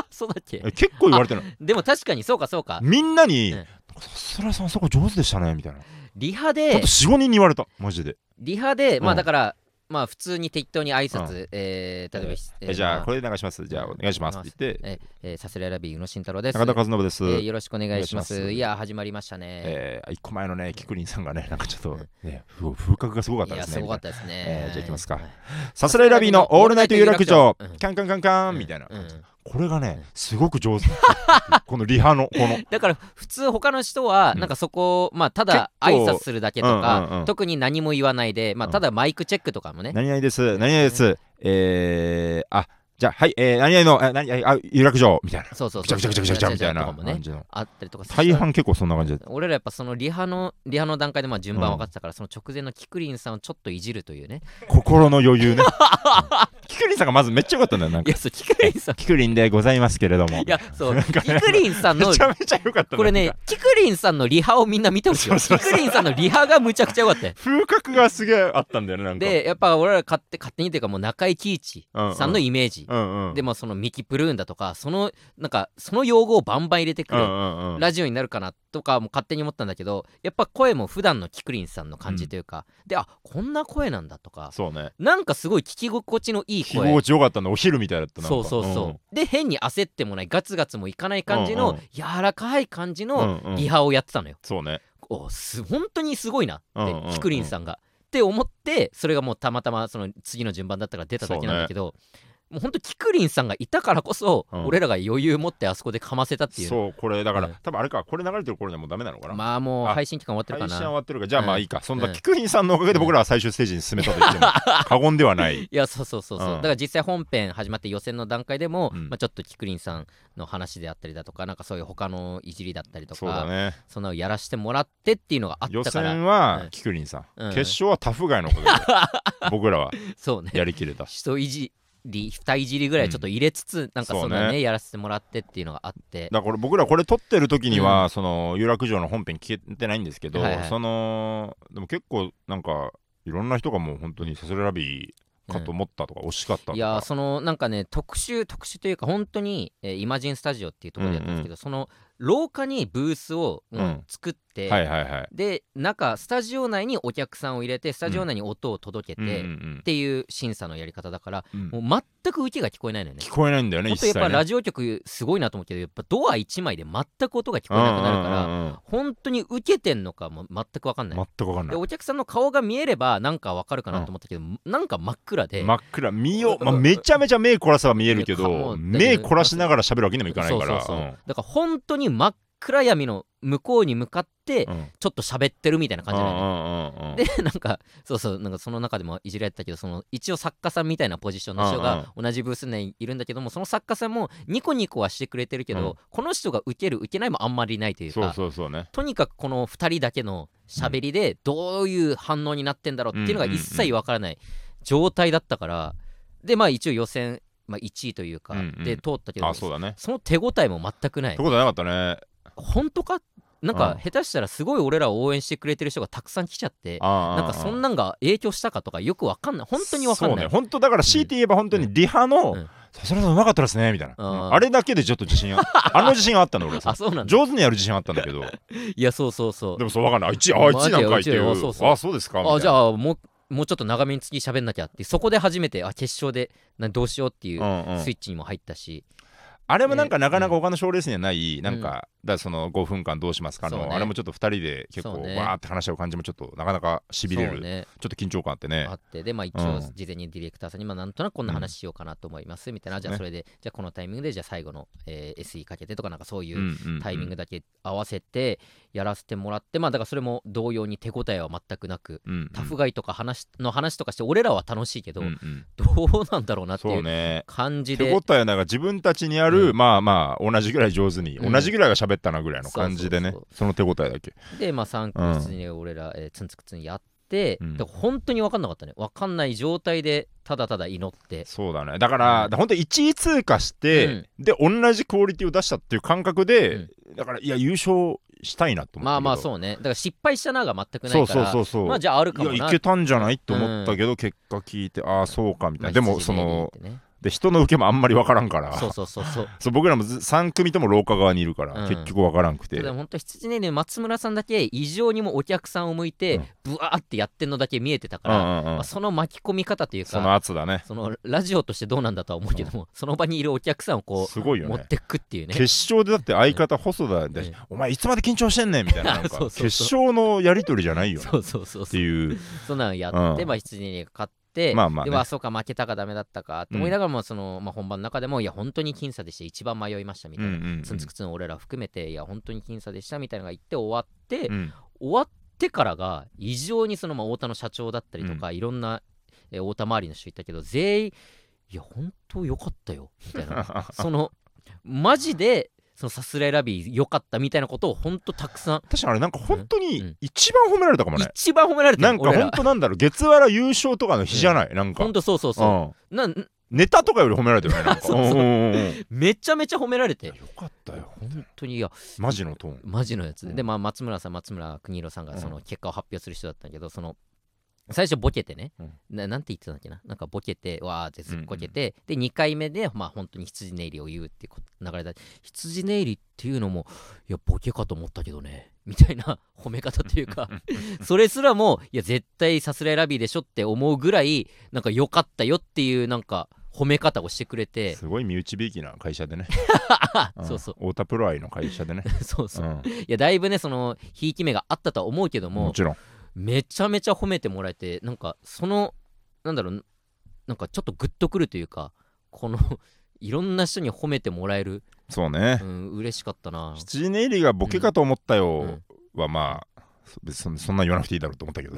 A: あそうだっけ
B: え結構言われてる
A: でも確かにそうかそうか
B: みんなに
A: うん
B: なんか「さすらいさんあそこ上手でしたね」みたいなほ
A: リハ
B: ん
A: で
B: と45人に言われたマジで
A: リハで、ま
B: う
A: あ
B: ん
A: だからまあ普通に適当に挨拶、
B: う
A: えー例えば、え
B: えじゃあこ
A: れ
B: れで流しますじゃあお願いしますって言って
A: ええーサスレラビー宇野慎太郎です
B: 中田和信です、
A: え
B: え
A: ーよろしくお願いします
B: お願いします
A: いや始まりましたね、
B: えー一個前のねキクリンさんがねなんかちょっとねふ風格がすごかった
A: い
B: で
A: や
B: す
A: す
B: ね
A: ご
B: み
A: か
B: たい
A: っ
B: な
A: たですね、
B: えーじゃあ行きますか
A: はい
B: さすらいラビーのオールナイト有楽町
A: うん
B: キャンキャンキャンキャンみたいな
A: うんうん
B: これがねすごく上手 このリハのこの
A: だから普通他の人は
B: うん
A: なんかそこ、まあただ挨拶するだけとか、
B: うんうんうん
A: 特に何も言わないで、まあ、
B: うん
A: ただマイクチェックとかもね、
B: 何々です何々ですえーあじゃあはいえー何々のえ何々あ有楽町みたいな
A: そうそう
B: ぐち
A: そ
B: ゃ
A: う
B: ぐちゃぐちゃぐちゃぐちゃみたい
A: とか
B: な
A: もね
B: 感じの
A: あったりとか
B: 大半結構そんな感じで
A: 俺らやっぱそのリハのリハの段階でまあ順番分かってたから、その直前のキクリンさんをちょっといじるというね
B: 心の余裕ねキクリンさんがまずめっちゃ良かったんだよなん
A: い
B: か
A: やそうキクリン さん
B: キクリンでございますけれども
A: いやそう
B: な
A: キ
B: んかね
A: クリンさん
B: め
A: の
B: ちゃめちゃ良かった
A: これねキクリンさんのリハをみんな見てほしいよ
B: そ
A: キ
B: うそうそう
A: クリンさんのリハがむちゃくちゃ良かったよ
B: 風格がすげえあったんだよねなんか
A: でやっぱ俺ら勝手勝手にというかもう中井貴一さんのイメージ、
B: うんうん
A: でまあそのミキプルーンだとかそのなんかその用語をバンバン入れてく
B: う
A: る、
B: んうんうん
A: ラジオになるかなとかも勝手に思ったんだけどやっぱ声も普段のキクリンさんの感じというか、であこんな声なんだとか
B: そうね
A: なんかすごい聞き心地のいい
B: 気
A: 声
B: 持ちよかったのお昼みたいだったなんか
A: そうそうそう、で変に焦ってもないガツガツもいかない感じの、
B: うんうん
A: 柔らかい感じ
B: うんう
A: の
B: んうん
A: リハをやってたのよ、
B: そうね
A: おす本当にすごいなって、
B: うんうんうん
A: キクリンさんがって思ってそれがもうたまたまその次の順番だったから出ただけなんだけどもう本当キクリンさんがいたからこそ、
B: うん
A: 俺らが余裕持ってあそこでかませたっていう
B: そうこれだから
A: うん
B: 多分あれかこれ流れてる頃にはもうダメなのかな
A: まあもう
B: あ
A: 配信期間終わってる
B: 配
A: か
B: 信終
A: な
B: わってるからじゃあまあいいかそんな
A: うん
B: キクリンさんのおかげで僕らは最終ステージに進めたと 言っても過言ではない
A: いやそうそうそうそう、
B: うん
A: だから実際本編始まって予選の段階でも、
B: うん
A: まあ、ちょっとキクリンさんの話であったりだとかなんかそういう他のいじりだったりとか
B: そうだね
A: そんなのやらしてもらってっていうのがあっ
B: 予
A: たから
B: 選
A: う
B: は
A: ん
B: キクリンさん
A: うん
B: 決勝はタフガイの おかげで僕らは
A: そうね
B: やりきれたし
A: 人いじり二いじりぐらいちょっと入れつつ、なんかそんな
B: そう
A: ね
B: ね
A: やらせてもらってっていうのがあって
B: だからこれ僕らこれ撮ってる時には、その有楽町の本編聞けてないんですけど、
A: はいはい
B: そのでも結構なんかいろんな人がもう本当にサスレラビーかと思ったとか、惜しかったとか
A: いやーそのなんかね特集特集というか本当に、えーイマジンスタジオっていうところでやったんですけど、その廊下にブースを、もう
B: うん
A: 作って、
B: はいはいはい
A: で中スタジオ内にお客さんを入れてスタジオ内に音を届け
B: うんうん
A: て、っ
B: うん
A: ていう審査のやり方だから、
B: うん
A: もう全く受けが聞こえないのよね
B: 聞。こえないんだよね
A: もっ
B: 一
A: とやっ
B: 切
A: ぱ
B: ね
A: ラジオ局すごいなと思うけどやっぱドア1枚で全く音が聞こえなくなるから、
B: うんうんうんうん
A: 本当に受けてんのかも全く分かんない、
B: 全く分かん
A: で
B: な
A: お客さんの顔が見えればなんか分かるかなと思ったけど、なんか真っ暗で
B: い真っ暗見よう、まあ、めちゃめちゃ目凝らせば見えるけ
A: いやかも
B: ど
A: う
B: 目凝らしながら喋るわけにもいかないから
A: そうそうそうだから本当に真っ暗闇の向こうに向かって
B: うんうん
A: ちょっと喋ってるみたいな感じなのよ
B: うんうんうん
A: で なんかそうそうなんかその中でもいじられてたけどその一応作家さんみたいなポジションの人が同じブース内にいるんだけどもその作家さんもニコニコはしてくれてるけど、
B: うん
A: この人が受ける受けないもあんまりないというか
B: そうそうそうね
A: とにかくこの2人だけの喋りでどういう反応になってんだろうっていうのが一切わからない状態だったからでまあ一応予選、まあ、1位というか
B: うんうん
A: で通ったけど
B: あそうだね
A: その手応えも全くない
B: ってことはなかったね
A: 本当かなん
B: う
A: か
B: ん
A: 下手したらすごい俺らを応援してくれてる人がたくさん来ちゃって
B: な
A: なんかそんなんが影響したかとかよくわかんない本当にわかん
B: そう
A: な
B: ね
A: い
B: 本当だから強いて言えば本当にリハ
A: う
B: の
A: ん
B: 「さすらさんうまかったですね」みたいな、
A: あー
B: あれだけでちょっと 自信があの自信があったの俺
A: あ
B: さ
A: そうなんだ
B: 上手にやる自信はあったんだけど
A: いや そうそうそう
B: でもそうわかんないあ1位あ1位なんかいって
A: マジ
B: い
A: で
B: う
A: あそうそう
B: あそうですかみたいな
A: あじゃあもうもうちょっと長めに次喋んなきゃってそこで初めてあ決勝でなどうしようっていう
B: うんうん
A: スイッチにも入ったし、
B: あれもなんかなかなか他の賞レースにはないなんかだからその5分間どうしますか
A: そう
B: の
A: ね
B: あれもちょっと2人で結
A: そ
B: 構
A: うね
B: わーって話し合う感じもちょっとなかなかしびれ
A: そう
B: る
A: ね、
B: ちょっと緊張感あってね
A: あってでまあ一
B: う
A: 応
B: ん
A: 事前にディレクターさんに、まあ、なんとなくこんな話しようかなと思いますみたいな、
B: うん
A: じゃあそれでじゃあこのタイミングでじゃあ最後の、えー SE かけてとかなんかそういううん
B: うんうん
A: タイミングだけ合わせてやらせてもらってまあだからそれも同様に手応えは全くなく。
B: うんうん
A: タフガイとか話の話とかして俺らは楽しいけど、
B: うんうん
A: どうなんだろうなって
B: そ
A: いうう
B: ね
A: 感じ
B: 手
A: で
B: 応えはなんか自分たちにある、
A: うん
B: まあまあ同じぐらい上手に、
A: うん
B: 同じぐらいが喋ったなぐらいの感じでね
A: そうそ
B: その手応えだけ
A: でまあ3個室に俺ら、えーツンツクツンやって、
B: うん
A: だから本当に分かんなかったね分かんない状態でただただ祈って
B: そうだねだから、
A: うん
B: だ本当1位通過して、で同じクオリティを出したっていう感覚で、だからいや優勝したいなと思ったけど
A: まあまあそうねだから失敗したなが全くな
B: そ
A: いうか
B: そう
A: ら
B: そうそう
A: まあじゃああるかも
B: いや
A: ない
B: けたんじゃないと思ったけど、結果聞いてああそうかみたいな、
A: まあ
B: でも
A: 羊
B: そ
A: ネイリーっ
B: の
A: てね
B: で人の受けもあんまりわからんから
A: そうそうそうそう
B: そう僕らも3組とも廊下側にいるから、
A: うん
B: 結局わからんくて
A: でも本当羊ねね松村さんだけ異常にもお客さんを向いてブワーってやってんのだけ見えてたから、
B: うんうんう
A: まあ
B: ん、
A: その巻き込み方というか
B: その圧だね
A: そのラジオとしてどうなんだとは思うけども、その場にいるお客さんをこ
B: すごいうよ
A: 持
B: ね
A: ってくっていうね
B: 決勝でだって相方細田で、
A: うん
B: お前いつまで緊張してんねんみたいななんか
A: そうそうそう
B: 決勝のやり取りじゃないよね
A: そうそうそう
B: っ
A: そ
B: て
A: う
B: いう
A: そんなのやって、
B: うん
A: まあ羊に勝って、
B: まあまあね
A: でまあそうか負けたかダメだったかって思いながらも、その、まあ、本番の中でもいや本当に僅差でして一番迷いましたみ
B: う
A: た
B: ん
A: いな、
B: うん
A: ツンツクツン俺ら含めていや本当に僅差でしたみたいなのが言って終わって、
B: うん
A: 終わってからが異常にその、まあ、太田の社長だったりとか、いろんな、えー太田周りの人いたけど全員いや本当よかったよみたい なそのマジでそのさすらいラビーよかったみたいなことを本当たくさん、
B: 確かにあれなんか本当
A: うんうん
B: に一番褒められたかもね、
A: 一番褒められてる
B: なんか
A: 俺ら
B: 本当なんだろう月原優勝とかの日じゃない、なんか
A: 本当そうそうそう、
B: うん
A: なん
B: ネタとかより褒められてるねなんか
A: そうそうん
B: んんん
A: めちゃめちゃ褒められて
B: よかったよ
A: 本当にいや
B: マジのトーン
A: マジのやつで、
B: うん
A: でまあ松村さん松村邦弘さんがそうの結果を発表する人だったんだけどその最初ボケてね、
B: うん
A: ななんて言ってたんだっけななんかボケてわーってすっこけて、で2回目でまあ本当に羊ネイリを言うっていうこと流れだ羊ネイリっていうのもいやボケかと思ったけどねみたいな 褒め方という かそれすらもいや絶対さすらいラビーでしょって思うぐらいなんか良かったよっていうなんか褒め方をしてくれて
B: すごい身内びいきな会社 でね、ん
A: そうそう
B: 太田プロ愛の会 社でね、
A: そうそうう、
B: ん
A: いやだいぶねそのひいき目があったとは思うけども
B: もちろん
A: めちゃめちゃ褒めてもらえてなんかそのなんだろうなんかちょっとグッとくるというかこの いろんな人に褒めてもらえる、
B: そうね
A: うん嬉しかったな
B: 七時ネイリがボケかと思った
A: う
B: よ
A: ん
B: はまあそ別にそんそんなん言わなくていいだろうと思っ たけど、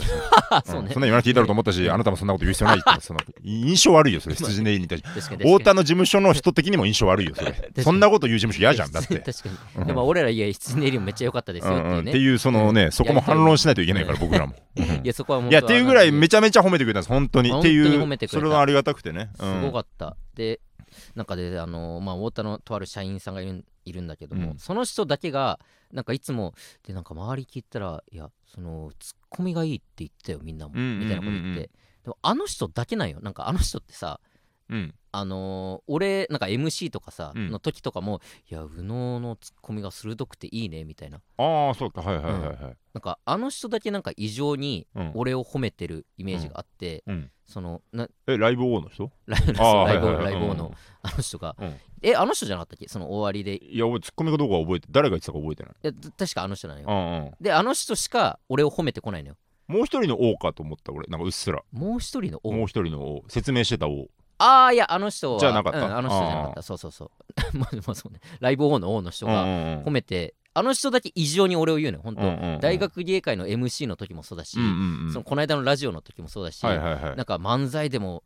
A: あ
B: う
A: そうんね
B: そんなん言わなくていいだろうと思ったし、あなたもそんなこと言う必要ないってその印象悪いよそれ羊ネイリに対して
A: 確かに確かに
B: 太田の事務所の人的にも印象悪いよ それ
A: に
B: そんなこと言う事務所嫌じゃんだって
A: 確かに、でも俺らいや羊ネイリもめっちゃ良かったです
B: う
A: よっ
B: ん
A: て
B: う
A: い
B: ん
A: う
B: っ
A: ね、
B: ていうそのねそこも反論しないといけないから僕らもうん
A: いやそこはも
B: いやっていうぐらいめ
A: ち
B: ちゃめちゃ褒めてくれたんです本当に
A: 本
B: っ
A: 当
B: て
A: に
B: い
A: 褒めて
B: う
A: くれ
B: そ
A: た
B: れはありがたくてね
A: すごか
B: っ
A: った、でなんかであのまあ太田のとある社員さんがいるんいるんだけども、
B: うん
A: その人だけがなんかいつもでなんか周り聞いたらいやそのツッコミがいいって言ってたよみんなも、
B: うんうんうんうん
A: みたいなこと言ってでもあの人だけなんよなんかあの人ってさ
B: うん
A: あのー俺なんか MC とかさ、
B: うん
A: の時とかもいや右脳のツッコミが鋭くていいねみたいな
B: ああそうかはいはいはいはい
A: なんかあの人だけなんか異常に
B: うん
A: 俺を褒めてるイメージがあって、
B: うん
A: そのな
B: えライブ王の人
A: ライブ
B: ああ
A: ライブ
B: はいはいはい
A: ライブ王
B: う
A: の
B: ん
A: あの人が、
B: うん
A: えあの人じゃなかったっけその終わりで
B: いや俺ツッコミかどうかは覚えて誰が言ってたか覚えてない
A: いやた確かあの人なのよ
B: うんうん
A: であの人しか俺を褒めてこないのよ
B: もう一人の王かと思った俺なんかうっすら
A: もう一人の
B: もう
A: 王
B: 一人の王説明してた王
A: ああいやあの人は
B: じゃなかった
A: うんあの人じゃなかったそうそうそう まあまあそうねライブ王の王の人
B: うん
A: が
B: うんうん
A: 褒めてあの人だけ異常に俺を言うのよ本当、
B: うんうんうん
A: 大学芸会の MC の時もそうだし、
B: うんうんうん
A: そのこの間のラジオの時もそうだし、
B: はいはいはい
A: なんか漫才でも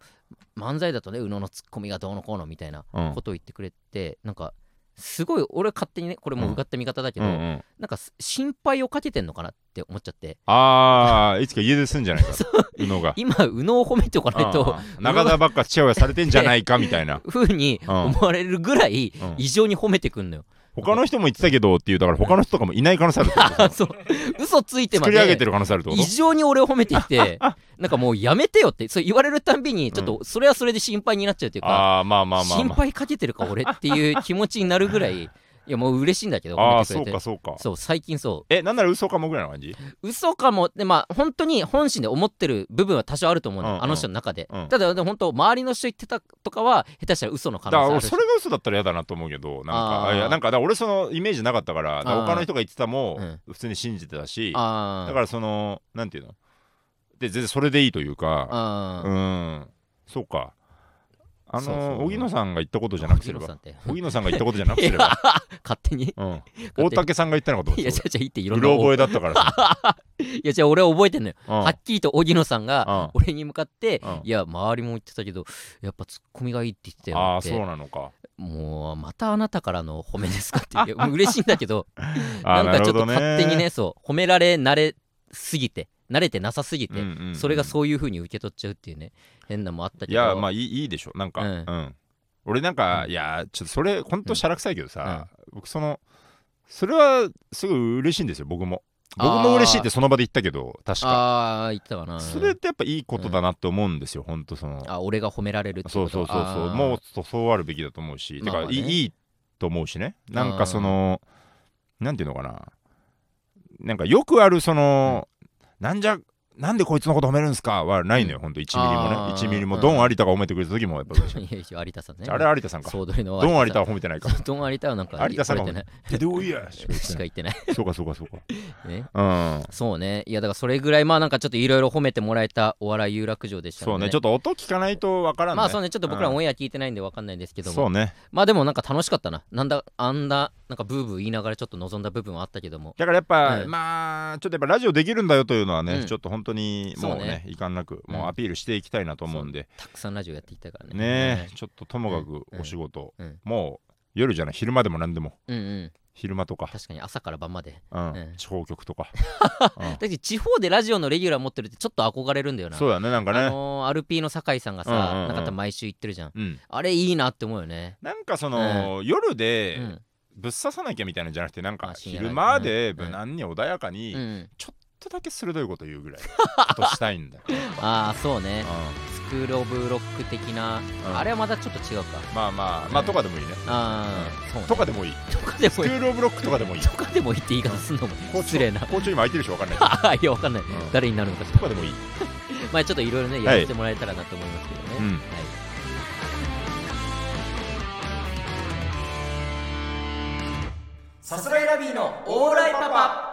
A: 漫才だとね宇野のツッコミがどうのこうのみたいな
B: うん
A: ことを言ってくれて、なんかすごい俺勝手にねこれもううがった見方だけど、
B: うんうん
A: なんかす心配をかけてんのかなって思っちゃって
B: あーいつか家出すんじゃないか宇野が
A: 今右脳を褒めておかないと
B: うんうん中田ばっかちやほやされてんじゃないかみたいな
A: ふうに
B: うん
A: 思われるぐらい
B: うん
A: 異常に褒めてくんのよ。
B: 他の人も言ってたけどっていうだから他の人とかもいない可能性あるってこ と
A: そう嘘ついてま
B: 作
A: で
B: り上げてる可能性あるってこと
A: 異常に俺を褒めてき てなんかもうやめてよってそう言われるたんびにちょっとそれはそれで心配になっちゃうというか、
B: ああーまあまあまあ
A: 心
B: まあ
A: 配かけてるか俺っていう気持ちになるぐら いいやもう嬉しいんだけど
B: あ
A: 褒
B: あ
A: めてく
B: そ
A: れ
B: う
A: て
B: かそうか
A: そう最近そ
B: えなんなら嘘かもぐらいの感じ
A: う嘘かもでまあ本当に本心で思ってる部分は多少あると思うの、
B: うんうん
A: あの人の中で、
B: うん
A: ただでも本当周りの人言ってたとかは下手したら嘘の可
B: だ
A: 能
B: から
A: 性ある
B: 俺
A: し
B: それが嘘だったら嫌だなと思うけどなんか
A: あー
B: いやなんかだから俺そのイメージなかったからだから
A: あー
B: 他の人が言ってたも
A: うん
B: 普通に信じてたしだ
A: あ
B: からそのなんていうので全然それでいいというか
A: あ
B: う
A: あ
B: んそうかあ
A: そうそう
B: の荻野さんが言ったことじゃなくすれば
A: って
B: 荻野さんが言ったことじゃな
A: い
B: くす
A: や
B: れば
A: 勝手に
B: うん
A: 手に
B: 大竹さんが言ったのかと思
A: いや
B: っ
A: じゃ
B: た
A: あじゃあいいっていろ
B: うん
A: な
B: ろ覚えだったからさ
A: いやじゃあ俺は覚えてんのよ
B: う ん
A: はっきりと荻野さんが俺に向かって
B: うん
A: いや周りも言ってたけどやっぱツッコミがいいって言ってたよ
B: あ
A: っ
B: あそう
A: て
B: なのか
A: もうまたあなたからの褒めですかって 言ってもう嬉しいんだけどな
B: あ
A: ん
B: な
A: か
B: る
A: ちょ
B: ほ
A: っと
B: どね
A: 勝手にねそう褒められ慣れすぎて慣れてなさすぎて、
B: うんうんうん
A: それがそういう風に受け取っちゃうっていうね変なのもあったけど
B: いやまあ
A: あ
B: いいいいでしょなんか、
A: う
B: うんん俺なんか、
A: うん
B: いやちょっとそれほんとしゃらくさいけどさ、僕そのそれはすごい嬉しいんですよ僕も僕も嬉しいってその場で言ったけど確か
A: あー言ってたかな
B: それってやっぱいいことだなって思うんですよ、ほんとその
A: あ俺が褒められるってこと
B: そうそうそうそ
A: あ
B: う
A: ー
B: もうそそうあるべきだと思うし、
A: まあまあね
B: てかいいいいと思うしねなん
A: あー
B: かそのなんていうのかななんかよくあるその、なんじゃなんでこいつのこと褒めるんすかはないのよ、ほんと1ミリも
A: あー
B: ね1ミリもドン有田が褒めてくれた時もやっぱ嬉しい、
A: いやいや有田さんね
B: あれ有田さんか
A: 総取りの
B: ドン有田
A: 田
B: は褒めてない か
A: そうドン有田はなんか
B: 有田さんが
A: 言われてない
B: 手でおいやしか言っ
A: してか
B: ない
A: 言ってない
B: そうかそうかそうか
A: ね
B: うん
A: そうねいやだからそれぐらいまあなんかちょっといろいろ褒めてもらえたお笑い有楽町でした
B: そ
A: の
B: う
A: で
B: ねちょっと音聞かないとわからんね
A: まあそうねちょっと僕ら
B: うん
A: オンエア聞いてないんでわかんないんですけども、
B: そうね
A: まあでもなんか楽しかったななんだあんななんかブーブー言いながらちょっと望んだ部分はあったけども
B: だからやっぱ、
A: うん
B: まあちょっとやっぱラジオできるんだよというのはね、
A: うん
B: ちょっと本当にもう
A: そうね
B: ね遺憾なくもうアピールしていきたいなと思うんで、
A: たくさんラジオやっていきたいからね
B: ねえちょっとともかく
A: うん
B: お仕事、
A: うん
B: もう夜じゃない昼間でも何でも
A: うんうん
B: 昼間とか、
A: 確かに朝から晩まで
B: う
A: う
B: ん
A: ん
B: 地方局 とか、
A: だって地方でラジオのレギュラー持ってるってちょっと憧れるんだよ
B: うん
A: な
B: そうだねなんか
A: あ
B: ね、
A: のー、RP の酒井さんがさ、
B: うんうんう
A: な
B: ん
A: んか多分毎週行ってるじゃん
B: うん
A: あれいいなって思うよね
B: なんかその、夜
A: う
B: で
A: ん
B: ぶっ刺さなきゃみたいなんじゃなくてなん
A: あ
B: か
A: 深夜だね
B: 昼間で
A: うん
B: 無難に穏やか
A: う
B: に、
A: ん
B: ちょっとだけ鋭いこと言うぐら いことしたいんだよ、
A: ああそうね
B: う
A: スクール・オブ・ロック的な、
B: うん
A: あれはまたちょっと違うか
B: んまあまあまあとかでもいいね
A: ああそうね
B: とか でもいい
A: とかで
B: ス
A: も
B: ク
A: いい
B: ールオブロックとかでもいい
A: とかでもいいって言い方すんのも 失礼な
B: 校長今空いてるし分かんないけど
A: あーいやわかんない、
B: ん
A: 誰になるのか
B: とかでもいい、
A: まあちょっといろいろね
B: はい
A: やってもらえたらなと思いますけどね、
B: うん
A: はいさすらいラビーのオーライパパ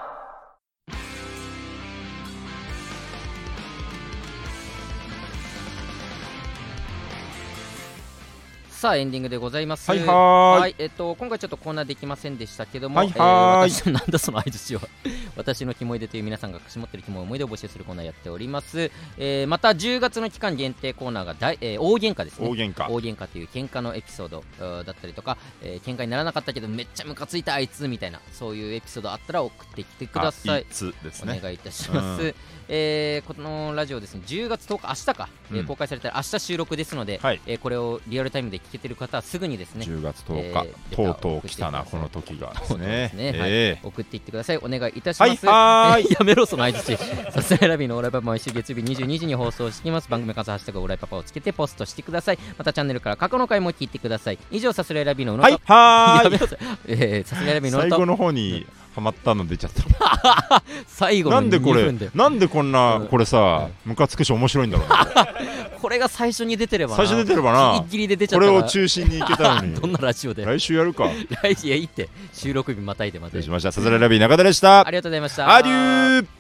A: さあエンディングでございます。
B: はいはーい
A: えっと今回ちょっとコーナーできませんでしたけども、
B: はいはーい
A: えー私のなんだその相槌は 私のキモいでという皆さんが隠し持ってるキモい思い出を募集するコーナーやっております。えーまた10月の期間限定コーナーが大、えー大喧嘩ですね
B: 大。喧嘩
A: 大喧嘩という喧嘩のエピソードうーだったりとか、えー喧嘩にならなかったけどめっちゃムカついたあいつみたいなそういうエピソードあったら送ってきてください
B: つです
A: お
B: ね
A: 願いいたします、
B: う
A: えーこのラジオですね10月10日明日か、えー
B: うん
A: 公開されたら明日収録ですので、
B: はい
A: えーこれをリアルタイムで聞けてる方はすぐにですね
B: 10月
A: えー
B: 10日、とうとう来たなこの時がで
A: そ
B: すね
A: うですねはい
B: え
A: 送っていってくださいお願いいたします、
B: はいはー
A: やめろその相槌 さすらいラビーのオーライパパ毎週月曜日22時に放送しています番組感想ハッシュタグオーライパパをつけてポストしてくださいまたチャンネルから過去の回も聞いてください以上さすらいラビーのう
B: ー
A: の と
B: はい は
A: や
B: ー
A: め
B: い
A: ろさえーさすがにみの
B: 最後
A: と
B: の方にハマったの出 ちゃった
A: 最後の
B: なんでこ
A: 2
B: れ
A: 分で
B: なんでこん
A: うん
B: なこれさムカつくし面白い んだろうな
A: これが最初に出てればな
B: 最初出てればな
A: ギリギリで出ちゃ
B: こ
A: った
B: れ
A: ら
B: を中心にいけたのに
A: どんなラジオで
B: 来週や るか
A: 来週いやいいって収録日またいでまた
B: 失礼しましたさすらいラビー中田でした
A: ありがとうございました
B: アデュー